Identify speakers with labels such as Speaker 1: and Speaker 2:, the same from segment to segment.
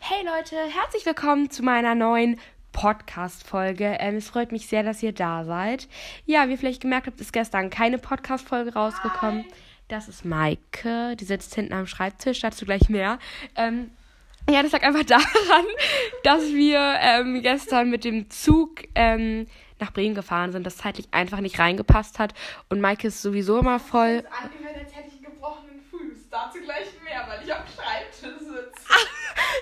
Speaker 1: Hey Leute, herzlich willkommen zu meiner neuen Podcast-Folge. Ähm, es freut mich sehr, dass ihr da seid. Ja, wie ihr vielleicht gemerkt habt, ist gestern keine Podcast-Folge rausgekommen. Das ist Maike, die sitzt hinten am Schreibtisch, dazu gleich mehr. Ähm, ja, das lag einfach daran, dass wir ähm, gestern mit dem Zug ähm, nach Bremen gefahren sind, das zeitlich einfach nicht reingepasst hat. Und Maike ist sowieso immer voll.
Speaker 2: Es angehört, als hätte ich einen gebrochenen Fuß. Dazu gleich mehr, weil ich am Schreibtisch sitze.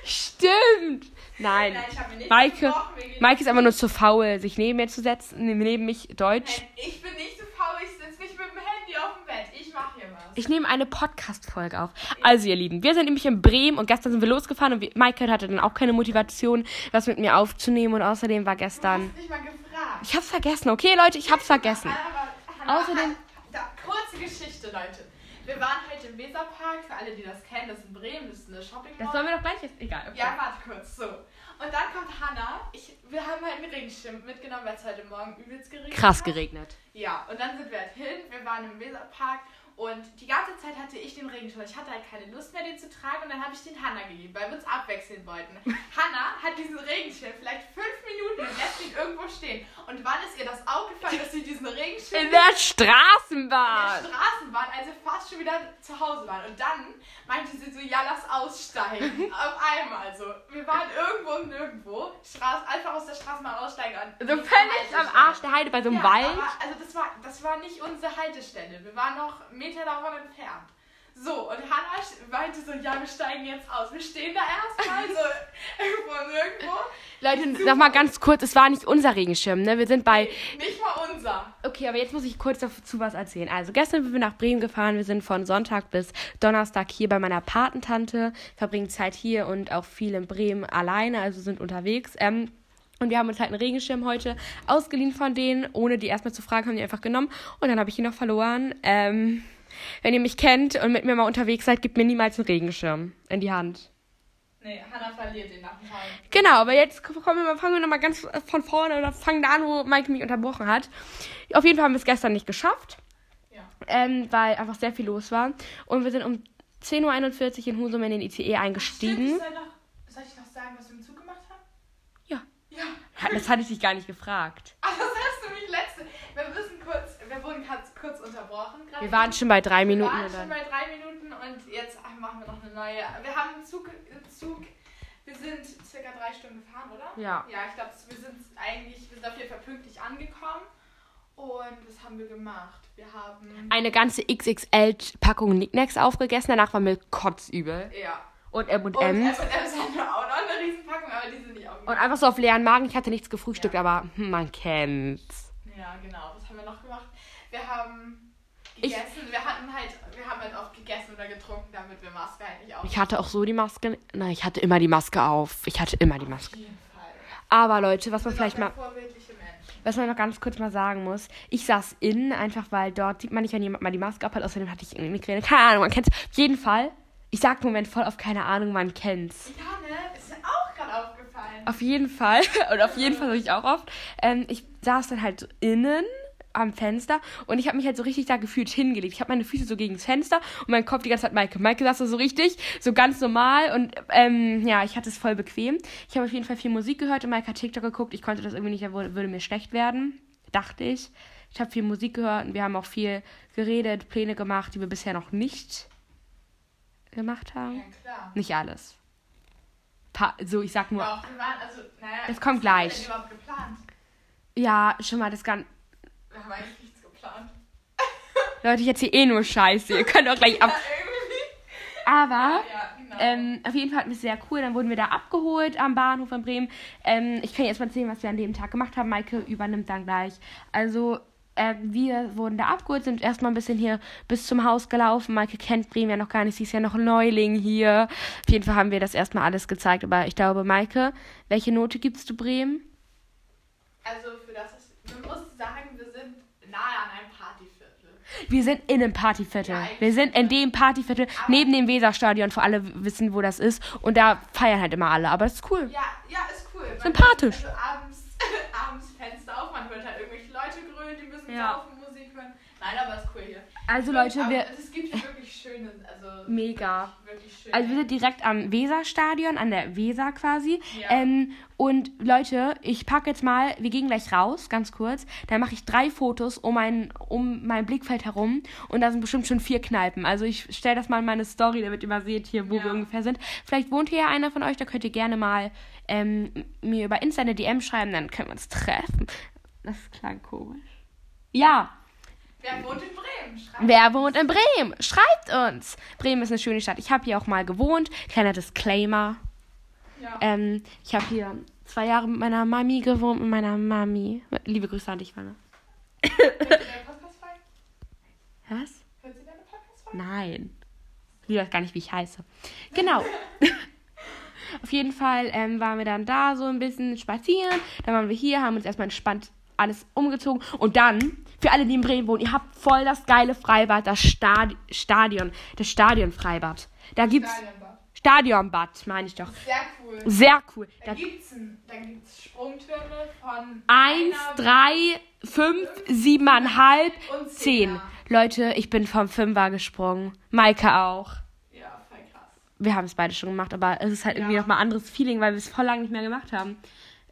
Speaker 1: Stimmt! Nein.
Speaker 2: Nein, ich habe mir nicht
Speaker 1: Maike,
Speaker 2: gebrochen, mir geht-
Speaker 1: Maike ist einfach nur zu faul, sich neben mir zu setzen, neben mich Deutsch.
Speaker 2: Nein, ich bin nicht so faul, ich sitze nicht mit dem Handy auf dem Bett. Ich mache hier was.
Speaker 1: Ich nehme eine Podcast-Folge auf. Also, ihr Lieben, wir sind nämlich in Bremen und gestern sind wir losgefahren und wir- Maike hatte dann auch keine Motivation, was mit mir aufzunehmen und außerdem war
Speaker 2: Du
Speaker 1: gestern.
Speaker 2: hast nicht mal gefragt.
Speaker 1: Ich hab's vergessen, okay, Leute, ich hab's vergessen.
Speaker 2: Aber-
Speaker 1: Außerdem-
Speaker 2: Da, kurze Geschichte, Leute. Wir waren heute im Weserpark, für alle, die das kennen, das ist in Bremen, das ist eine Shopping Mall.
Speaker 1: wir doch gleich jetzt. Egal,
Speaker 2: Ja, warte kurz, so. Und dann kommt Hanna. Ich, wir haben halt einen Regenschirm mitgenommen, weil es heute Morgen übelst geregnet
Speaker 1: Krass
Speaker 2: hat.
Speaker 1: geregnet.
Speaker 2: Ja, und dann sind wir halt hin, wir waren im Weserpark und die ganze Zeit hatte ich den Regenschirm. Ich hatte halt keine Lust mehr, den zu tragen und dann habe ich den Hanna gegeben, weil wir uns abwechseln wollten. Hanna hat diesen Regenschirm vielleicht fünf Minuten und lässt ihn irgendwo stehen. Und wann ist ihr das aufgefallen, dass sie diesen Regenschirm
Speaker 1: In der
Speaker 2: der
Speaker 1: Straßenbahn!
Speaker 2: Straßenbahn, als wir fast schon wieder zu Hause waren. Und dann meinte sie so, ja, lass aussteigen. Auf einmal so. Wir waren irgendwo und nirgendwo. Straß, einfach aus der Straßenbahn aussteigen.
Speaker 1: So
Speaker 2: an-
Speaker 1: völlig am Arsch der Heide bei so einem
Speaker 2: ja,
Speaker 1: Wald.
Speaker 2: Aber, also das war, das war nicht unsere Haltestelle. Wir waren noch Meter davon entfernt. So, und Hannah sch- meinte so, ja, wir steigen jetzt aus. Wir stehen da erstmal so irgendwo und irgendwo.
Speaker 1: Leute, nochmal ganz kurz, es war nicht unser Regenschirm, ne? Wir sind bei
Speaker 2: Nicht mal unser.
Speaker 1: Okay, aber jetzt muss ich kurz dazu was erzählen. Also gestern sind wir nach Bremen gefahren. Wir sind von Sonntag bis Donnerstag hier bei meiner Patentante, verbringen Zeit hier und auch viel in Bremen alleine, also sind unterwegs. Ähm, und wir haben uns halt einen Regenschirm heute ausgeliehen von denen, ohne die erstmal zu fragen, haben die einfach genommen. Und dann habe ich ihn noch verloren. Ähm, wenn ihr mich kennt und mit mir mal unterwegs seid, gebt mir niemals einen Regenschirm in die Hand.
Speaker 2: Nee, Hannah verliert den nach dem Fall.
Speaker 1: Genau, aber jetzt kommen wir mal, fangen wir nochmal ganz äh, von vorne oder fangen da an, wo Mike mich unterbrochen hat. Auf jeden Fall haben wir es gestern nicht geschafft
Speaker 2: Ja.
Speaker 1: ähm, weil einfach sehr viel los war. Und wir sind um 10.41 Uhr in Husum in den ICE eingestiegen.
Speaker 2: Stimmt, ich soll, noch, soll ich noch sagen, was wir im Zug gemacht haben?
Speaker 1: Ja.
Speaker 2: Ja.
Speaker 1: Ha- Das hatte ich dich gar nicht gefragt.
Speaker 2: Ah, das hast du mich letzte. Wir müssen kurz, wir wurden kurz, kurz unterbrochen gerade.
Speaker 1: Wir waren schon bei drei
Speaker 2: Wir
Speaker 1: Minuten.
Speaker 2: waren schon
Speaker 1: Oder?
Speaker 2: bei drei Minuten und jetzt machen wir noch eine neue. Wir haben im Zug, im Zug wir sind circa drei Stunden gefahren, oder?
Speaker 1: Ja.
Speaker 2: Ja, ich glaube, wir sind eigentlich, wir sind auf jeden Fall pünktlich angekommen. Und was haben wir gemacht? Wir haben.
Speaker 1: Eine ganze XXL-Packung Nicknacks aufgegessen. Danach war mir kotzübel.
Speaker 2: Ja.
Speaker 1: Und
Speaker 2: Und
Speaker 1: M&M's.
Speaker 2: M&M's hatten wir auch noch eine Riesenpackung, aber die sind nicht
Speaker 1: Und
Speaker 2: aufgegangen.
Speaker 1: einfach so auf leeren Magen. Ich hatte nichts gefrühstückt, aber hm, man kennt's.
Speaker 2: Ja, genau. Was haben wir noch gemacht? Wir haben
Speaker 1: Ich-
Speaker 2: gegessen. wir hatten halt, wir haben halt oft gegessen oder getrunken, damit wir Maske halt nicht auf.
Speaker 1: Ich hatte auch so die Maske. Nein, ich hatte immer die Maske auf. Ich hatte immer die Maske.
Speaker 2: Auf jeden Fall.
Speaker 1: Aber Leute, was
Speaker 2: Wir
Speaker 1: man
Speaker 2: sind
Speaker 1: vielleicht
Speaker 2: auch sehr
Speaker 1: mal
Speaker 2: Vorbildliche Menschen.
Speaker 1: Was man noch ganz kurz mal sagen muss, ich saß innen, einfach weil dort sieht man nicht, wenn jemand mal die Maske abhat. Außerdem hatte ich irgendwie Migräne. Keine Ahnung, man kennt's. Auf jeden Fall, ich sag im Moment voll auf keine Ahnung, man kennt's.
Speaker 2: Ja, ne? Ist mir auch gerade aufgefallen.
Speaker 1: Auf jeden Fall, und auf jeden Fall sag ich auch oft, ähm, ich saß dann halt so innen am Fenster und ich habe mich halt so richtig da gefühlt hingelegt. Ich habe meine Füße so gegen das Fenster und mein Kopf die ganze Zeit Maike. Maike saß da so richtig, so ganz normal und ähm, ja, ich hatte es voll bequem. Ich habe auf jeden Fall viel Musik gehört und Maike hat TikTok geguckt. Ich konnte das irgendwie nicht, da wurde- würde mir schlecht werden, dachte ich. Ich habe viel Musik gehört und wir haben auch viel geredet, Pläne gemacht, die wir bisher noch nicht gemacht haben.
Speaker 2: Ja, klar.
Speaker 1: Nicht alles. Pa so, ich sag nur
Speaker 2: Ja, auch wir waren, also, naja.
Speaker 1: Das kommt
Speaker 2: was haben wir
Speaker 1: gleich.
Speaker 2: denn überhaupt geplant?
Speaker 1: Ja, schon mal das Ganze.
Speaker 2: Wir haben eigentlich nichts geplant.
Speaker 1: Leute, ich erzähle eh nur Scheiße. Ihr könnt auch gleich ab.
Speaker 2: Irgendwie.
Speaker 1: Aber.
Speaker 2: Ja, genau.
Speaker 1: Ähm, auf jeden Fall hatten wir es sehr cool. Dann wurden wir da abgeholt am Bahnhof in Bremen. Ähm, ich kann jetzt mal erzählen, was wir an dem Tag gemacht haben. Maike übernimmt dann gleich. Also, ähm, wir wurden da abgeholt, sind erstmal ein bisschen hier bis zum Haus gelaufen. Maike kennt Bremen ja noch gar nicht. Sie ist ja noch Neuling hier. Auf jeden Fall haben wir das erstmal alles gezeigt. Aber ich glaube, Maike, welche Note gibst du Bremen?
Speaker 2: also, für das ist. Man muss sagen, wir sind nahe an einem Partyviertel.
Speaker 1: Wir sind in einem Partyviertel.
Speaker 2: Ja, eigentlich
Speaker 1: wir sind in dem Partyviertel neben dem Weserstadion, für alle wissen, wo das ist. Und da feiern halt immer alle, aber das ist cool.
Speaker 2: Ja, ja, ist cool. Man-
Speaker 1: Sympathisch.
Speaker 2: Also abends, abends Fenster auf, man hört halt irgendwelche Leute grölen, die müssen
Speaker 1: Ja.
Speaker 2: saufen, Musik hören. Nein, aber ist cool hier.
Speaker 1: Also
Speaker 2: Wirklich,
Speaker 1: Leute,
Speaker 2: aber
Speaker 1: wir,
Speaker 2: Es gibt hier wirklich schöne, also
Speaker 1: Mega.
Speaker 2: wirklich schön.
Speaker 1: Also wir sind direkt am Weserstadion, an der Weser quasi.
Speaker 2: Ja.
Speaker 1: Ähm, und Leute, ich packe jetzt mal, wir gehen gleich raus, ganz kurz. Dann mache ich drei Fotos um mein, um mein Blickfeld herum. Und da sind bestimmt schon vier Kneipen. Also ich stelle das mal in meine Story, damit ihr mal seht hier, wo
Speaker 2: Ja.
Speaker 1: wir ungefähr sind. Vielleicht wohnt hier ja einer von euch, da könnt ihr gerne mal ähm, mir über Insta eine DM schreiben, dann können wir uns treffen. Das klang komisch. Ja,
Speaker 2: Wer wohnt in Bremen? Schreibt.
Speaker 1: Wer wohnt in Bremen? Schreibt uns. Bremen ist eine schöne Stadt. Ich habe hier auch mal gewohnt. Kleiner Disclaimer.
Speaker 2: Ja.
Speaker 1: Ähm, ich habe hier zwei Jahre mit meiner Mami gewohnt, mit meiner Mami. Liebe Grüße an dich, Mann.
Speaker 2: Hört sie deine Podcast-Folge?
Speaker 1: Was?
Speaker 2: Hört sie deine Podcast-Folge?
Speaker 1: Nein. Ich weiß gar nicht, wie ich heiße. Genau. Auf jeden Fall ähm, waren wir dann da so ein bisschen spazieren. Dann waren wir hier, haben uns erstmal entspannt alles umgezogen. Und dann, für alle, die in Bremen wohnen, ihr habt voll das geile Freibad, das Stadi Stadion, das Stadionfreibad. Da gibt's
Speaker 2: Stadionbad.
Speaker 1: Stadionbad, meine ich doch.
Speaker 2: Sehr cool.
Speaker 1: Sehr cool.
Speaker 2: Da
Speaker 1: Da
Speaker 2: gibt's, ein, da gibt's Sprungtürme von
Speaker 1: Eins,
Speaker 2: einer-
Speaker 1: drei, fünf, siebeneinhalb,
Speaker 2: Und
Speaker 1: zehn.
Speaker 2: Zehner.
Speaker 1: Leute, ich bin vom Fünfer gesprungen. Maike auch.
Speaker 2: Ja, voll krass.
Speaker 1: wir haben es beide schon gemacht, aber es ist halt irgendwie
Speaker 2: Ja.
Speaker 1: nochmal ein anderes Feeling, weil wir es voll lange nicht mehr gemacht haben.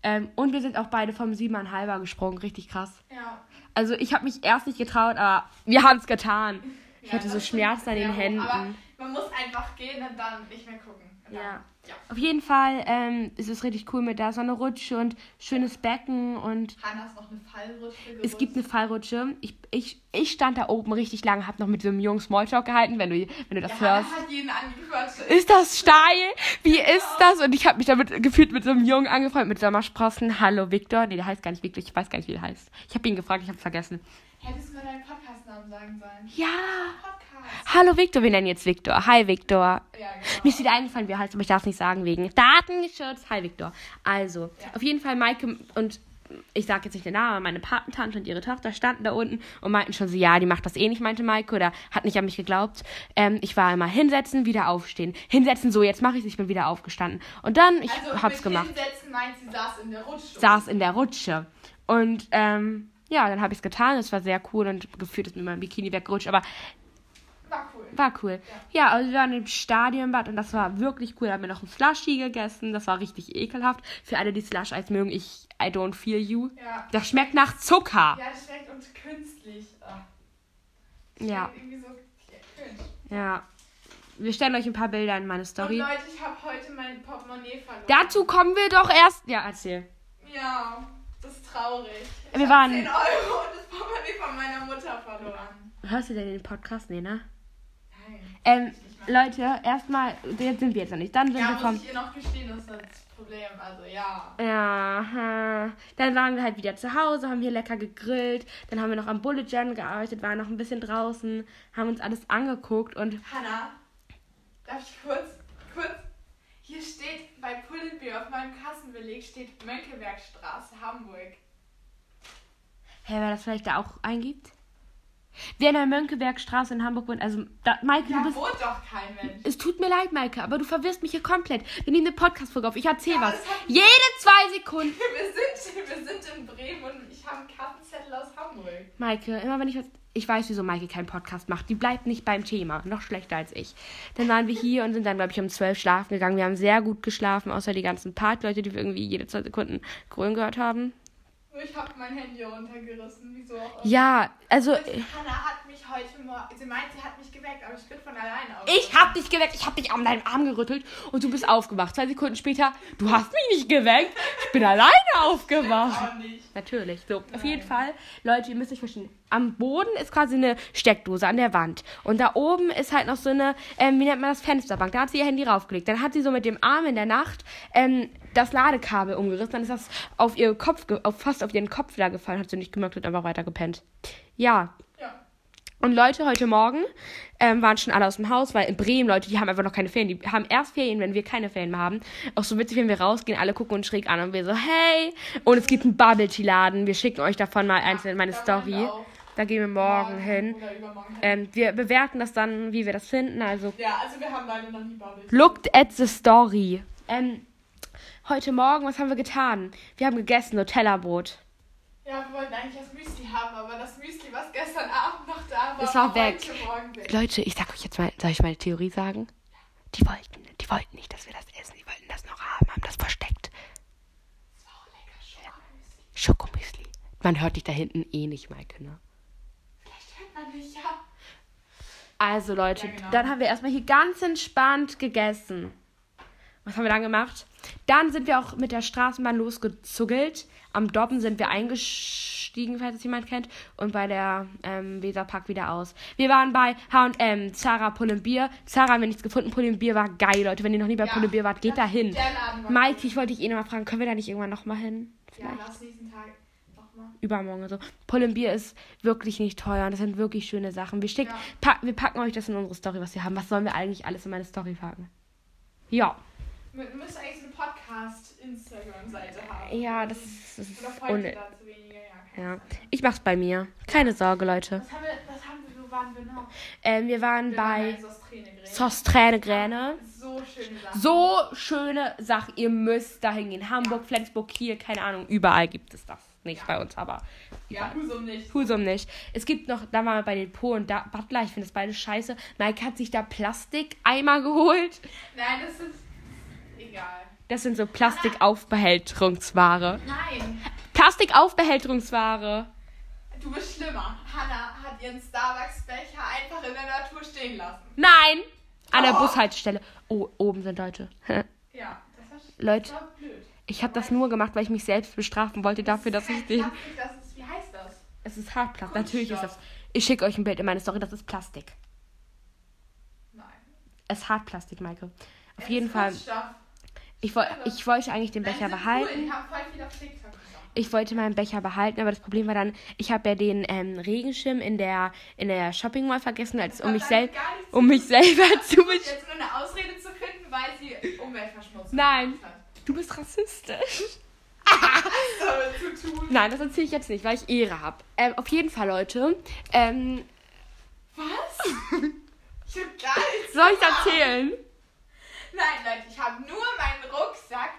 Speaker 1: Ähm, und wir sind auch beide vom Siebeneinhalber gesprungen, richtig krass.
Speaker 2: Ja.
Speaker 1: Also ich habe mich erst nicht getraut, aber wir haben es getan. Ich
Speaker 2: Ja,
Speaker 1: hatte so
Speaker 2: das ist
Speaker 1: Schmerzen an
Speaker 2: sehr
Speaker 1: den
Speaker 2: hoch,
Speaker 1: Händen.
Speaker 2: Aber man muss einfach gehen und dann nicht mehr gucken. Und
Speaker 1: Ja.
Speaker 2: Dann, ja.
Speaker 1: Auf jeden Fall ähm, ist es richtig cool mit da so eine Rutsche und schönes Becken und
Speaker 2: Hannah ist noch eine Fallrutsche
Speaker 1: es gibt eine Fallrutsche. Ich, ich, ich stand da oben richtig lange, hab noch mit so einem jungen Smalltalk gehalten, wenn du, wenn du das
Speaker 2: ja,
Speaker 1: hörst.
Speaker 2: Hannah hat jeden angequatscht.
Speaker 1: ist das steil? Wie ist das? Und ich habe mich damit gefühlt mit so einem Jungen angefreundet, mit Sommersprossen. Hallo Victor. Nee, der heißt gar nicht Victor. Ich weiß gar nicht, wie der heißt. Ich habe ihn gefragt, ich habe vergessen.
Speaker 2: Hättest du mal deinen Podcast-Namen sagen sollen.
Speaker 1: Ja.
Speaker 2: Podcast.
Speaker 1: Hallo Victor, wir nennen jetzt Victor. Hi Victor.
Speaker 2: Ja,
Speaker 1: Mir
Speaker 2: genau.
Speaker 1: ist wieder eingefallen, wie er heißt, aber ich darf es nicht sagen wegen Datengeschütz. Hi Victor. Also,
Speaker 2: Ja.
Speaker 1: auf jeden Fall Maike und ich sage jetzt nicht den Namen, aber meine Patentante und ihre Tochter standen da unten und meinten schon so, ja, die macht das eh nicht, meinte Maike, oder hat nicht an mich geglaubt. Ähm, ich war immer hinsetzen, wieder aufstehen. Hinsetzen, so, jetzt mache ich ich bin wieder aufgestanden. Und dann, ich
Speaker 2: Also,
Speaker 1: hab's
Speaker 2: mit
Speaker 1: gemacht
Speaker 2: Hinsetzen meint, sie saß in der Rutsche.
Speaker 1: saß in der Rutsche. Und ähm, ja, dann habe ich es getan. Es war sehr cool und gefühlt ist mir mein Bikini weggerutscht, aber
Speaker 2: War cool.
Speaker 1: war cool. Ja, also wir waren im Stadionbad und das war wirklich cool. Da haben wir noch ein Slushy gegessen. Das war richtig ekelhaft. Für alle, die Slush-Eis mögen, ich, I don't feel you.
Speaker 2: Ja.
Speaker 1: Das schmeckt nach Zucker.
Speaker 2: Ja, das schmeckt und künstlich. Ah. Das
Speaker 1: Ja,
Speaker 2: schmeckt Irgendwie so ja, cringe.
Speaker 1: ja. Wir stellen euch ein paar Bilder in meine
Speaker 2: Und
Speaker 1: Story.
Speaker 2: Leute, ich habe heute mein Portemonnaie verloren.
Speaker 1: Dazu kommen wir doch erst. Ja, erzähl.
Speaker 2: Ja, das ist traurig. Ich
Speaker 1: Wir
Speaker 2: hab
Speaker 1: waren-
Speaker 2: 10 Euro und das Portemonnaie von meiner Mutter verloren.
Speaker 1: Hörst du denn den Podcast? Nee, ne?
Speaker 2: Nein.
Speaker 1: Ähm, Leute, erstmal, jetzt sind wir jetzt noch nicht. Dann sind wir
Speaker 2: Ja,
Speaker 1: vom
Speaker 2: muss ich ihr noch gestehen, das ist das Problem. Also, ja.
Speaker 1: Ja, hm. dann waren wir halt wieder zu Hause, haben hier lecker gegrillt, dann haben wir noch am Bullet Journal gearbeitet, waren noch ein bisschen draußen, haben uns alles angeguckt und
Speaker 2: Hanna, darf ich kurz, kurz? Hier steht bei Pull&Bear auf meinem Kassenbeleg steht Mönckebergstraße, Hamburg.
Speaker 1: hä, wer das vielleicht da auch eingibt? Wer in der Mönckebergstraße in Hamburg wohnt, also da, Maike,
Speaker 2: Da
Speaker 1: du bist.
Speaker 2: wohnt doch kein Mensch.
Speaker 1: Es tut mir leid, Maike, aber du verwirrst mich hier komplett. Wir nehmen eine Podcast-Folge auf. Ich erzähl
Speaker 2: Ja, aber
Speaker 1: was.
Speaker 2: das hat-
Speaker 1: Jede zwei Sekunden.
Speaker 2: Wir sind, wir sind in Bremen und ich habe einen Kartenzettel aus Hamburg.
Speaker 1: Maike, immer wenn ich was. Ich weiß, wieso Maike keinen Podcast macht. Die bleibt nicht beim Thema. Noch schlechter als ich. Dann waren wir hier und sind dann, glaube ich, um zwölf schlafen gegangen. Wir haben sehr gut geschlafen, außer die ganzen Partleute, die wir irgendwie jede zwei Sekunden grün gehört haben.
Speaker 2: Nur ich habe mein Handy runtergerissen, wieso auch immer.
Speaker 1: Ja, also. äh,
Speaker 2: Und Hanna hat mich heute Morgen, sie meint, sie hat mich geweckt, aber ich bin von alleine auf.
Speaker 1: Ich hab dich geweckt, ich hab dich an deinem Arm gerüttelt und du bist aufgewacht. Zwei Sekunden später, du hast mich nicht geweckt, ich bin alleine aufgewacht.
Speaker 2: auch nicht.
Speaker 1: Natürlich. So, auf jeden Fall, Leute, ihr müsst euch verstehen. Am Boden ist quasi eine Steckdose an der Wand. Und da oben ist halt noch so eine, ähm, wie nennt man das, Fensterbank. Da hat sie ihr Handy raufgelegt. Dann hat sie so mit dem Arm in der Nacht ähm, das Ladekabel umgerissen. Dann ist das auf ihr Kopf, ge- auf, fast auf ihren Kopf da gefallen. Hat sie nicht gemerkt und einfach weiter gepennt. Ja.
Speaker 2: Ja.
Speaker 1: Und Leute, heute Morgen ähm, waren schon alle aus dem Haus, weil in Bremen, Leute, die haben einfach noch keine Ferien. Die haben erst Ferien, wenn wir keine Ferien mehr haben. Auch so witzig, wenn wir rausgehen, alle gucken uns schräg an und wir so, hey. Und es gibt einen Bubble-Tea-Laden. Wir schicken euch davon mal einzeln meine
Speaker 2: da wollen wir
Speaker 1: Story.
Speaker 2: auch
Speaker 1: Da gehen wir morgen hin.
Speaker 2: Oder übermorgen hin.
Speaker 1: Ähm, wir bewerten das dann, wie wir das finden. Also,
Speaker 2: Ja, also wir haben beide noch nie Bubble.
Speaker 1: looked at the story. Ähm, heute Morgen, was haben wir getan? Wir haben gegessen, Nutella-Brot.
Speaker 2: Ja, wir wollten eigentlich das Müsli haben, aber das Müsli, was gestern Abend noch da war,
Speaker 1: Es war weg.
Speaker 2: Heute Morgen weg.
Speaker 1: Leute, ich sag euch jetzt mal, soll ich meine Theorie sagen? Die wollten, die wollten nicht, dass wir das essen. Die wollten das noch haben, haben das versteckt.
Speaker 2: Das war auch lecker Schokomüsli.
Speaker 1: Schokomüsli. Man hört dich da hinten eh nicht, Maike, ne?
Speaker 2: Vielleicht hört man mich ja.
Speaker 1: Also Leute,
Speaker 2: Ja, genau.
Speaker 1: dann haben wir erstmal hier ganz entspannt gegessen. Was haben wir dann gemacht? Dann sind wir auch mit der Straßenbahn losgezuggelt. Am Dobben sind wir eingestiegen, falls es jemand kennt. Und bei der ähm, Weserpark wieder aus. Wir waren bei H&M, Zara, Pull&Beer. Zara haben wir nichts gefunden. Pull&Beer war geil, Leute. Wenn ihr noch nie bei
Speaker 2: Ja.
Speaker 1: Pull&Beer wart, geht da
Speaker 2: Das-
Speaker 1: hin.
Speaker 2: der Laden war
Speaker 1: Mike, ich wollte dich eh nochmal fragen, können wir da nicht irgendwann nochmal hin?
Speaker 2: Ja, lass nächsten Tag nochmal.
Speaker 1: übermorgen oder so. Pollenbier ist wirklich nicht teuer und das sind wirklich schöne Sachen. Wir, schick,
Speaker 2: Ja.
Speaker 1: packen, wir packen euch das in unsere Story, was wir haben. Was sollen wir eigentlich alles in meine Story packen? Ja.
Speaker 2: Wir müssen eigentlich so eine Podcast-Instagram-Seite haben.
Speaker 1: Ja, das ist, das ist
Speaker 2: Oder folgt ihr
Speaker 1: un
Speaker 2: dazu weniger? Ja, keine
Speaker 1: ja.
Speaker 2: Ahnung.
Speaker 1: Ich mach's bei mir. Keine Sorge, Leute.
Speaker 2: Was haben wir, was haben wir, wo waren wir noch?
Speaker 1: Ähm, wir waren
Speaker 2: Wir waren
Speaker 1: bei
Speaker 2: in Sostrene geredet.
Speaker 1: Sos Träne Gräne.
Speaker 2: So schöne Sachen.
Speaker 1: So schöne Sachen. Ihr müsst dahin gehen. Hamburg, Flensburg, Kiel, keine Ahnung. Überall gibt es das. Nicht
Speaker 2: Ja.
Speaker 1: bei uns, aber
Speaker 2: Ja, Husum nicht.
Speaker 1: Husum nicht. Es gibt noch, da waren wir bei den Po und da, Butler, ich finde das beide scheiße. Mike hat sich da Plastikeimer geholt.
Speaker 2: Nein, das ist egal.
Speaker 1: Das sind so Plastikaufbehälterungsware.
Speaker 2: Nein,
Speaker 1: Plastikaufbehälterungsware.
Speaker 2: du bist schlimmer. Hannah hat ihren Starbucks-Becher einfach in der Natur stehen lassen.
Speaker 1: Nein! An der
Speaker 2: Oh.
Speaker 1: Bushaltestelle. Oh, oben sind Leute.
Speaker 2: Ja, das war, sch-
Speaker 1: Leute,
Speaker 2: das war blöd.
Speaker 1: ich habe das nur gemacht, weil ich mich selbst bestrafen wollte dafür, dass ich den.
Speaker 2: Das ist, kein Plastik, das ist, wie heißt das?
Speaker 1: Es ist Hartplastik. Natürlich ist das.
Speaker 2: Kunststoff.
Speaker 1: Ich schicke euch ein Bild in meine Story. Das ist Plastik.
Speaker 2: Nein.
Speaker 1: Es ist Hartplastik, Maike. Auf
Speaker 2: Es
Speaker 1: jeden
Speaker 2: ist
Speaker 1: Fall.
Speaker 2: Kunststoff.
Speaker 1: Ich, woll, ich wollte eigentlich den
Speaker 2: Nein,
Speaker 1: Becher
Speaker 2: die sind Cool.
Speaker 1: behalten.
Speaker 2: Ich habe voll viel auf TikTok gemacht.
Speaker 1: ich wollte meinen Becher behalten, aber das Problem war dann, ich habe ja den ähm, Regenschirm in der, in der Shopping Mall vergessen, als
Speaker 2: Das
Speaker 1: um
Speaker 2: hat
Speaker 1: mich,
Speaker 2: damit
Speaker 1: sel
Speaker 2: gar nichts zu
Speaker 1: um mich
Speaker 2: tun.
Speaker 1: selber zu
Speaker 2: Und
Speaker 1: beschützen.
Speaker 2: Jetzt nur eine Ausrede zu finden, weil sie Umweltverschmutzung
Speaker 1: Nein.
Speaker 2: gemacht hat.
Speaker 1: Du bist rassistisch.
Speaker 2: Was damit zu tun?
Speaker 1: Nein, das erzähle ich jetzt nicht, weil ich Ehre habe. Ähm, auf jeden Fall, Leute. Ähm,
Speaker 2: Was? Ich hab gar nichts.
Speaker 1: soll ich erzählen?
Speaker 2: Nein, Leute, ich habe nur meinen Rucksack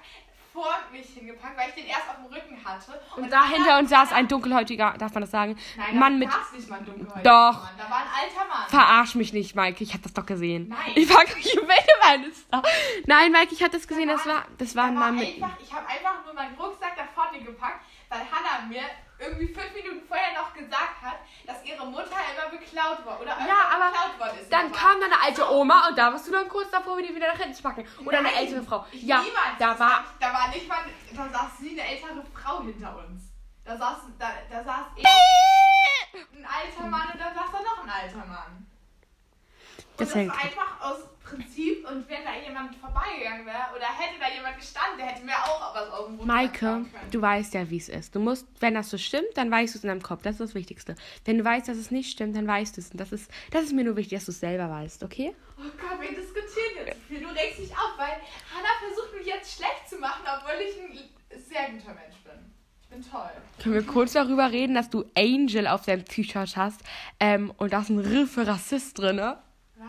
Speaker 2: vor mich hingepackt, weil ich den erst auf dem Rücken hatte.
Speaker 1: Und da hinter uns saß ein dunkelhäutiger, darf man das sagen?
Speaker 2: Nein,
Speaker 1: Mann
Speaker 2: da
Speaker 1: mit.
Speaker 2: saß nicht mal ein dunkelhäutiger
Speaker 1: Doch.
Speaker 2: Mann. Da war ein alter Mann.
Speaker 1: Verarsch mich nicht, Maike. Ich habe das doch gesehen.
Speaker 2: Nein.
Speaker 1: Ich frage mich, welche meine Star. Nein, Maike, ich hatte das gesehen. Das war, das war
Speaker 2: Da
Speaker 1: ein
Speaker 2: war
Speaker 1: Mann mit.
Speaker 2: einfach, ich habe einfach nur meinen Rucksack da vorne gepackt, weil Hannah mir irgendwie fünf Minuten vorher noch gesagt hat, dass ihre Mutter immer beklaut war oder öfter
Speaker 1: aber
Speaker 2: beklaut worden ist.
Speaker 1: Dann
Speaker 2: Aber
Speaker 1: kam da eine alte Oma und da warst du dann kurz davor, die wieder nach hinten zu packen. Oder eine
Speaker 2: Nein,
Speaker 1: ältere Frau.
Speaker 2: ich-
Speaker 1: Ja,
Speaker 2: niemals.
Speaker 1: da
Speaker 2: Das
Speaker 1: war.
Speaker 2: Da war nicht mal, da saß nie eine ältere Frau hinter uns. Da saß, da, da saß ich. ein alter Mann und dann saß da noch ein alter Mann. Und
Speaker 1: Das
Speaker 2: das,
Speaker 1: hängt.
Speaker 2: war einfach aus Prinzip und wenn da jemand vorbeigegangen wäre oder hätte da jemand gestanden, der hätte mir auch was auf dem Rucksack
Speaker 1: Maike,
Speaker 2: machen können.
Speaker 1: du weißt ja, wie es ist. Du musst, wenn das so stimmt, dann weißt du es in deinem Kopf. Das ist das Wichtigste. Wenn du weißt, dass es nicht stimmt, dann weißt du es. Und das ist, das ist mir nur wichtig, dass du es selber weißt, okay?
Speaker 2: Oh Gott, wir diskutieren jetzt viel. Du regst dich auf, weil Hannah versucht mich jetzt schlecht zu machen, obwohl ich ein sehr guter Mensch bin. Ich bin toll.
Speaker 1: Können wir kurz darüber reden, dass du Angel auf deinem T-Shirt hast ähm, und da ist ein R für Rassist drin, ne?
Speaker 2: Was?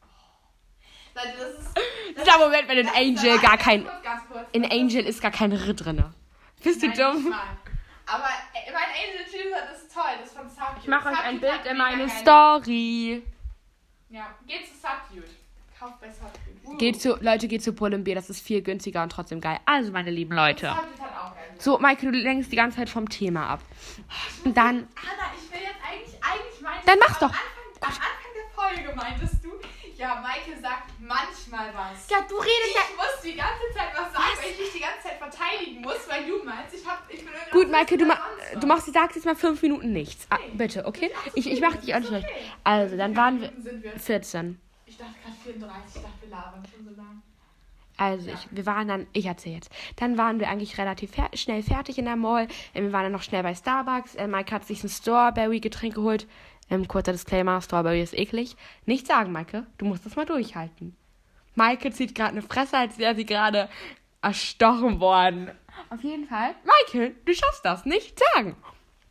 Speaker 2: Oh. Leute, das ist.
Speaker 1: Dieser Moment, wenn in
Speaker 2: das
Speaker 1: Angel
Speaker 2: ist-
Speaker 1: gar
Speaker 2: ganz
Speaker 1: kein.
Speaker 2: kurz, ganz kurz.
Speaker 1: In Angel ist gar kein R drin. Bist du
Speaker 2: Nein, nicht
Speaker 1: dumm?
Speaker 2: mal. Aber äh, mein Angel-T-Shirt ist toll, das ist von Subdued.
Speaker 1: Ich mache euch ein
Speaker 2: Subdued
Speaker 1: Bild
Speaker 2: hat
Speaker 1: in
Speaker 2: mega
Speaker 1: meine
Speaker 2: geile-
Speaker 1: Story.
Speaker 2: Ja, geht zu Subdued. Kauft bei Subdued. Uh.
Speaker 1: Geht zu, Leute, geht zu Pull&Beer, das ist viel günstiger und trotzdem geil. Also, meine lieben Leute.
Speaker 2: Subdued hat auch geil.
Speaker 1: So, Maike, du lenkst die ganze Zeit vom Thema ab. Und dann,
Speaker 2: Hanna, ich will jetzt eigentlich, eigentlich meintest
Speaker 1: Dann
Speaker 2: du
Speaker 1: mach's
Speaker 2: am
Speaker 1: doch.
Speaker 2: Anfang, am Anfang der Folge meintest du, ja, Maike sagt manchmal was.
Speaker 1: ja, du
Speaker 2: Ich
Speaker 1: redest
Speaker 2: muss die ganze Zeit was sagen, weil ich mich die ganze Zeit verteidigen muss, weil du meinst, ich, hab, ich bin irgendwie
Speaker 1: Gut,
Speaker 2: rassistisch
Speaker 1: Maike, du, ma
Speaker 2: oder sonst was.
Speaker 1: du machst, sagst jetzt mal fünf Minuten nichts. Ah,
Speaker 2: Okay.
Speaker 1: bitte, okay?
Speaker 2: Ja, ist
Speaker 1: Ich, ich
Speaker 2: okay,
Speaker 1: mach dich auch
Speaker 2: ist
Speaker 1: nicht schlecht.
Speaker 2: okay.
Speaker 1: Also, dann
Speaker 2: Wie
Speaker 1: waren
Speaker 2: viele
Speaker 1: wir
Speaker 2: Minuten Sind wir
Speaker 1: 14.
Speaker 2: ich dachte gerade 34, ich dachte, wir labern schon so lange.
Speaker 1: Also,
Speaker 2: Ja.
Speaker 1: ich, wir waren dann, ich erzähle jetzt, dann waren wir eigentlich relativ fer schnell fertig in der Mall. Ähm, wir waren dann noch schnell bei Starbucks. Äh, Maike hat sich ein Strawberry-Getränk geholt. Ähm, kurzer Disclaimer, Strawberry ist eklig. Nicht sagen, Maike, du musst das mal durchhalten. Maike zieht gerade eine Fresse, als wäre sie gerade erstochen worden. Auf jeden Fall. Maike, du schaffst das, nicht sagen.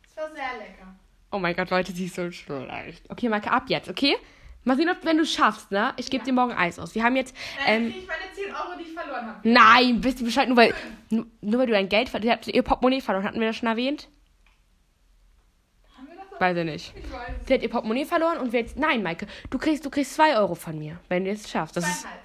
Speaker 2: Es war sehr lecker.
Speaker 1: Oh mein Gott, Leute, sie ist so schlecht. Okay, Maike, ab jetzt, okay? Mal sehen, ob wenn du schaffst, ne? Ich gebe dir morgen Eis aus. Wir haben jetzt...
Speaker 2: Dann
Speaker 1: Ähm,
Speaker 2: kriege Äh, ich meine 10 Euro, die ich verloren habe.
Speaker 1: Nein, bist du Bescheid, nur weil, nur, nur weil du dein Geld verloren hast. Ihr Portemonnaie verloren, hatten wir das schon erwähnt?
Speaker 2: Haben wir das
Speaker 1: Weiß ich nicht.
Speaker 2: Ich weiß es.
Speaker 1: Sie hat ihr Portemonnaie verloren und wir jetzt. Nein, Maike, du kriegst, du kriegst zwei Euro von mir, wenn du es schaffst. Das ist.
Speaker 2: Zweieinhalb.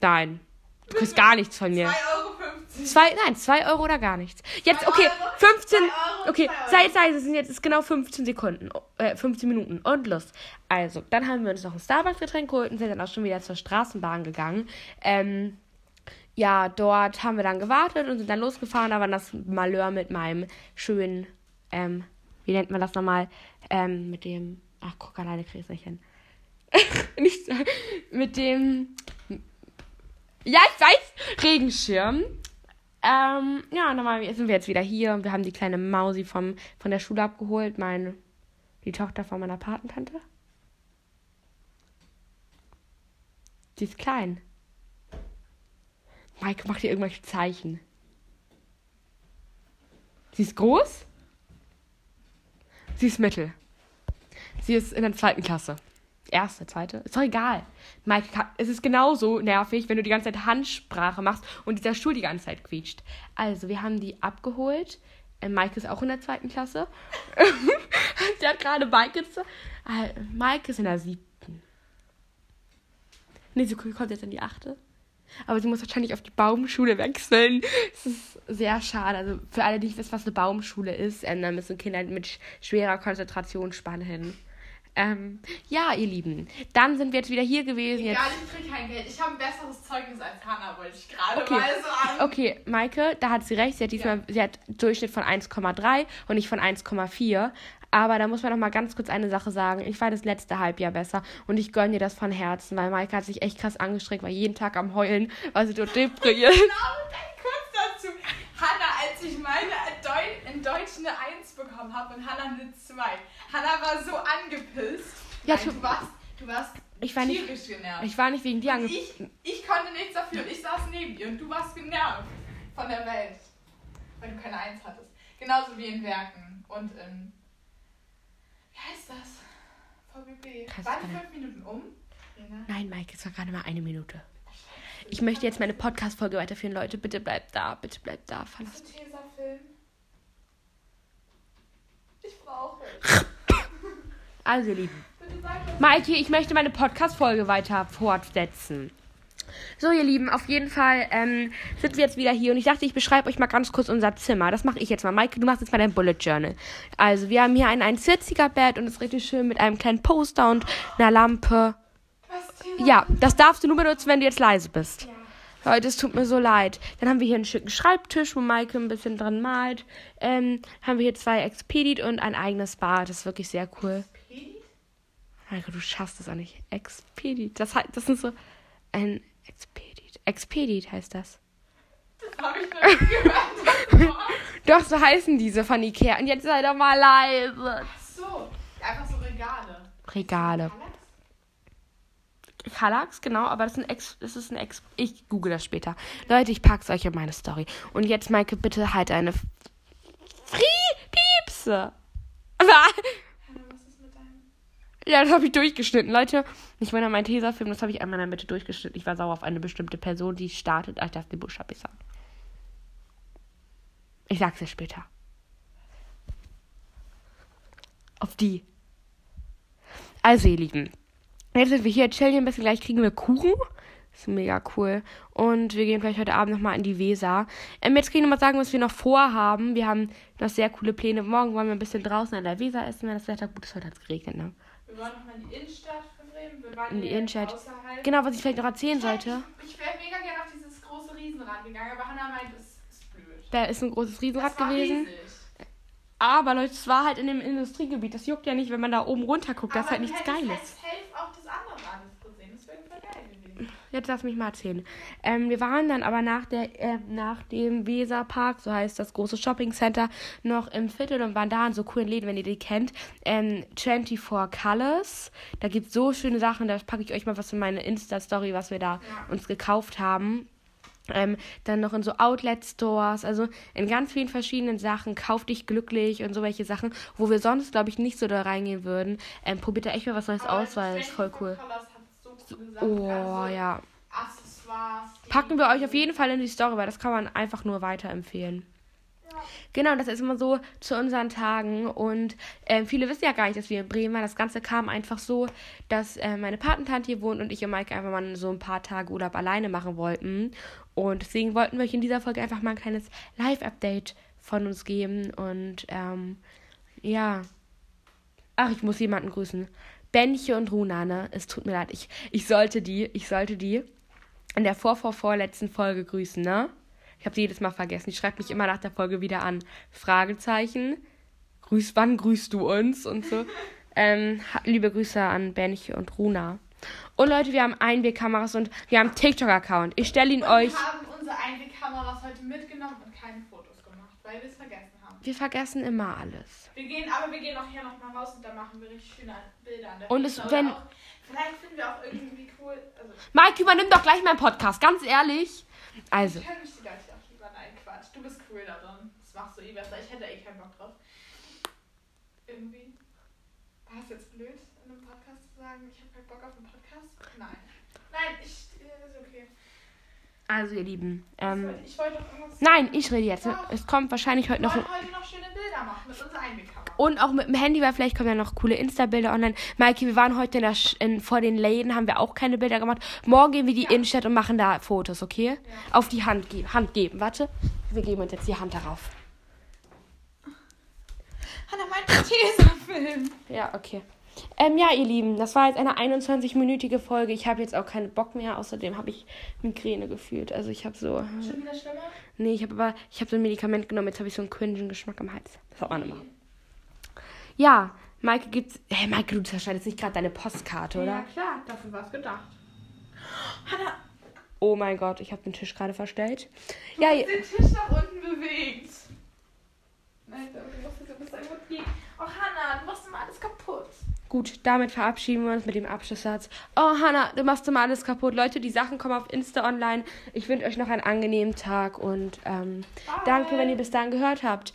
Speaker 1: Nein. Du kriegst gar nichts von mir.
Speaker 2: 2,50 Euro. 50.
Speaker 1: Zwei, nein, zwei Euro oder gar nichts. Jetzt,
Speaker 2: Zwei
Speaker 1: okay,
Speaker 2: Euro,
Speaker 1: 15.
Speaker 2: zwei Euro,
Speaker 1: Okay, sei
Speaker 2: zwei Euro.
Speaker 1: es, sei es, es sind jetzt ist genau 15 Sekunden. Äh, 15 Minuten. Und los. Also, dann haben wir uns noch ein Starbucks-Getränk geholt und sind dann auch schon wieder zur Straßenbahn gegangen. Ähm, ja, dort haben wir dann gewartet und sind dann losgefahren, aber das Malheur mit meinem schönen, ähm, wie nennt man das nochmal? Ähm, mit dem. Ach, guck alleine krieg's nicht hin. nicht, mit dem. Ja, ich weiß! Regenschirm. Ähm, ja, und dann waren wir, sind wir jetzt wieder hier und wir haben die kleine Mausi vom, von der Schule abgeholt, meine, die Tochter von meiner Patentante. Die ist klein. Mike macht ihr irgendwelche Zeichen. Sie ist groß. Sie ist mittel. Sie ist in der zweiten Klasse. Erste, zweite. Ist doch egal. Mike, kann- es ist genauso nervig, wenn du die ganze Zeit Handsprache machst und dieser Stuhl die ganze Zeit quietscht. Also, wir haben die abgeholt. Äh, Mike ist auch in der zweiten Klasse. der hat gerade Mike jetzt. Äh, Mike ist in der siebten. Nee, sie kommt jetzt in die achte. Aber sie muss wahrscheinlich auf die Baumschule wechseln. Es ist sehr schade. Also für alle, die nicht wissen, was eine Baumschule ist, ähm, da müssen Kinder mit sch- schwerer Konzentrationsspanne hin. Ähm, ja, ihr Lieben, dann sind wir jetzt wieder hier gewesen. Jetzt.
Speaker 2: Egal, ich krieg kein Geld. Ich habe ein besseres Zeugnis als Hannah, wollte ich gerade
Speaker 1: Okay.
Speaker 2: mal so an.
Speaker 1: Okay, Maike, da hat sie recht. Sie hat diesmal, sie hat Durchschnitt von 1,3 und nicht von 1,4. Aber da muss man noch mal ganz kurz eine Sache sagen. Ich war das letzte Halbjahr besser und ich gönne dir das von Herzen, weil Maike hat sich echt krass angestrengt, war jeden Tag am Heulen, weil sie dort deprimiert.
Speaker 2: Genau, dann kurz dazu. Hannah, als ich meine Deu in Deutsch eine 1 bekommen habe und Hannah eine 2. Hannah war so angepisst.
Speaker 1: Ja,
Speaker 2: Nein,
Speaker 1: tu-
Speaker 2: du warst, du warst
Speaker 1: Ich war nicht-
Speaker 2: tierisch genervt.
Speaker 1: Ich war nicht wegen dir angefangen.
Speaker 2: Ich, ich konnte nichts dafür. Ich saß neben dir und du warst genervt von der Welt. Weil du keine Eins hattest. Genauso wie in Werken und in. Wie heißt das? VBB.
Speaker 1: Krass,
Speaker 2: Waren die
Speaker 1: Alter.
Speaker 2: fünf Minuten um? Lena?
Speaker 1: Nein, Maike, es war gerade mal eine Minute. Ich möchte jetzt meine Podcast-Folge weiterführen, Leute. Bitte bleibt da, bitte bleibt da. Verlasst.
Speaker 2: Hast du einen Tesafilm? Ich brauche es.
Speaker 1: Also, ihr Lieben.
Speaker 2: Bitte sag das.
Speaker 1: Maike, ich möchte meine Podcast-Folge weiter fortsetzen. So, ihr Lieben, auf jeden Fall ähm, sind wir jetzt wieder hier und ich dachte, ich beschreibe euch mal ganz kurz unser Zimmer. Das mache ich jetzt mal. Maike, du machst jetzt mal dein Bullet Journal. Also, wir haben hier ein 1,40er-Bett und es ist richtig schön mit einem kleinen Poster und einer Lampe.
Speaker 2: Was Tesafilm?
Speaker 1: Ja, das darfst du nur benutzen, wenn du jetzt leise bist. Leute, es tut mir so leid. Dann haben wir hier einen schicken Schreibtisch, wo Maike ein bisschen dran malt. Ähm, haben wir hier zwei Expedit und ein eigenes Bad. Das ist wirklich sehr cool.
Speaker 2: Pedi?
Speaker 1: Maike, du schaffst das auch nicht. Expedit. Das, hei- das sind so ein Expedit. Expedit heißt das.
Speaker 2: Das habe ich noch nie gehört.
Speaker 1: Doch, so heißen diese von Ikea. Und jetzt sei doch mal leise.
Speaker 2: Ach so. Einfach so Regale.
Speaker 1: Regale.
Speaker 2: Alex?
Speaker 1: Kallax, genau, aber das ist ein Ex. Das ist ein Ex ich google das später. Leute, ich pack's euch in meine Story. Und jetzt, Maike, bitte halt eine. F- Frie Piepse! Wa-
Speaker 2: Hannah, was ist mit deinem?
Speaker 1: Ja, das habe ich durchgeschnitten, Leute. Ich meine, mein Tesafilm, das habe ich einmal in der Mitte durchgeschnitten. Ich war sauer auf eine bestimmte Person, die startet. Ach, ich darf den Buchstaben nicht sagen. Ich sag's dir später. Auf die. Also, ihr Lieben. Jetzt sind wir hier, chillen ein bisschen. Gleich kriegen wir Kuchen. Ist mega cool. Und wir gehen vielleicht heute Abend nochmal in die Weser. Ähm, jetzt kann ich nochmal sagen, was wir noch vorhaben. Wir haben noch sehr coole Pläne. Morgen wollen wir ein bisschen draußen an der Weser essen, wenn das Wetter gut ist. Heute hat's geregnet, ne?
Speaker 2: Wir wollen nochmal in die Innenstadt von Bremen. Wir waren
Speaker 1: In die
Speaker 2: hier
Speaker 1: Innenstadt.
Speaker 2: Außerhalb.
Speaker 1: Genau, was ich vielleicht noch erzählen sollte.
Speaker 2: Ich, ich wäre mega gerne auf dieses große Riesenrad gegangen, aber Hannah meint, es ist blöd.
Speaker 1: Da ist ein großes
Speaker 2: Das
Speaker 1: Riesenrad
Speaker 2: war
Speaker 1: gewesen.
Speaker 2: riesig.
Speaker 1: Aber Leute, es war halt in dem Industriegebiet. Das juckt ja nicht, wenn man da oben runter guckt. Das ist
Speaker 2: aber
Speaker 1: halt
Speaker 2: du
Speaker 1: nichts
Speaker 2: hättest
Speaker 1: Geiles.
Speaker 2: Halt safe auch das andere Rades gesehen. Das wäre voll geil gewesen.
Speaker 1: Jetzt lass mich mal erzählen. Ähm, wir waren dann aber nach, der, äh, nach dem Weserpark, so heißt das große Shoppingcenter, noch im Viertel und waren da in so coolen Läden, wenn ihr die kennt. Ähm, 24 Colors. Da gibt es so schöne Sachen. Da packe ich euch mal was in meine Insta-Story, was wir da
Speaker 2: Ja.
Speaker 1: uns gekauft haben. Ähm, dann noch in so Outlet-Stores, also in ganz vielen verschiedenen Sachen. Kauf dich glücklich und so welche Sachen, wo wir sonst, glaube ich, nicht so da reingehen würden. Ähm, probiert da echt mal was Neues
Speaker 2: Aber
Speaker 1: aus, weil es ist voll cool.
Speaker 2: Colors hat so coole Sachen.
Speaker 1: Oh,
Speaker 2: also
Speaker 1: ja.
Speaker 2: Accessoires.
Speaker 1: Packen wir euch auf jeden Fall in die Story, weil das kann man einfach nur weiterempfehlen.
Speaker 2: Fall.
Speaker 1: Genau, das ist immer so zu unseren Tagen. Und ähm, viele wissen ja gar nicht, dass wir in Bremen waren. Das Ganze kam einfach so, dass äh, meine Patentante hier wohnt und ich und Mike einfach mal so ein paar Tage Urlaub alleine machen wollten. Und deswegen wollten wir euch in dieser Folge einfach mal ein kleines Live-Update von uns geben. Und ähm, ja. Ach, ich muss jemanden grüßen. Benche und Runa, ne? Es tut mir leid. Ich, ich sollte die, ich sollte die in der vorvorvorletzten Folge grüßen, ne? Ich habe sie jedes Mal vergessen. Die schreibt mich immer nach der Folge wieder an. Fragezeichen. Grüß, wann grüßt du uns? Und so. ähm, ha- liebe Grüße an Benche und Runa. Und Leute, wir haben Einwegkameras und wir haben einen TikTok-Account. Ich stelle ihn
Speaker 2: Und
Speaker 1: euch.
Speaker 2: Wir haben unsere Einwegkameras heute mitgenommen und keine Fotos gemacht, weil wir es vergessen haben.
Speaker 1: Wir vergessen immer alles.
Speaker 2: Wir gehen, aber wir gehen auch hier nochmal raus und da machen wir richtig schöne Bilder an der
Speaker 1: Und es-
Speaker 2: Pizza oder
Speaker 1: wenn-
Speaker 2: Auch, vielleicht finden wir auch irgendwie cool. Also,
Speaker 1: Mike, übernimm doch gleich meinen Podcast, ganz ehrlich. Also,
Speaker 2: ich kann mich die Leute auch lieber. Nein, Quatsch. Du bist cool da drin. Das machst du eh besser. Ich hätte eh keinen Bock drauf. Irgendwie. War es jetzt blöd, in einem Podcast zu sagen, ich habe keinen Bock auf einen Podcast? Nein. Nein, ich. äh, Ist okay.
Speaker 1: also ihr Lieben. Ähm,
Speaker 2: ich wollte doch irgendwas.
Speaker 1: nein, ich rede jetzt. Es kommt wahrscheinlich heute
Speaker 2: Wir
Speaker 1: noch.
Speaker 2: wollen heute noch schöne Bilder machen mit unserer Einwegkamera.
Speaker 1: Und auch mit dem Handy, weil vielleicht kommen ja noch coole Insta-Bilder online. Maike, wir waren heute in der Sch in, vor den Läden, haben wir auch keine Bilder gemacht. Morgen gehen wir die Innenstadt und machen da Fotos, okay? Auf die Hand, ge Hand geben. Warte, wir geben uns jetzt die Hand darauf.
Speaker 2: Hannah meint Tesafilm.
Speaker 1: Ja, okay. Ähm, ja, ihr Lieben, das war jetzt eine 21-minütige Folge. Ich habe jetzt auch keinen Bock mehr. Außerdem habe ich Migräne gefühlt. Also ich habe so...
Speaker 2: Schon wieder schlimmer?
Speaker 1: Nee, ich habe aber, ich habe so ein Medikament genommen, jetzt habe ich so einen cringen Geschmack am Hals. Das hat man immer. Ja, Maike gibt's. Hey, Maike, du zerschneidest nicht gerade deine Postkarte, oder?
Speaker 2: Ja, klar, dafür war es gedacht. Hannah,
Speaker 1: Oh mein Gott, ich habe den Tisch gerade verstellt.
Speaker 2: du
Speaker 1: Ja,
Speaker 2: hast
Speaker 1: ja,
Speaker 2: den Tisch nach unten bewegt. Nein, da musst du musst irgendwo liegen. Oh, Hannah, du machst immer alles kaputt.
Speaker 1: gut, damit verabschieden wir uns mit dem Abschlusssatz. Oh, Hanna, du machst immer alles kaputt. Leute, die Sachen kommen auf Insta online. Ich wünsche euch noch einen angenehmen Tag und ähm, danke, wenn ihr bis dahin gehört habt.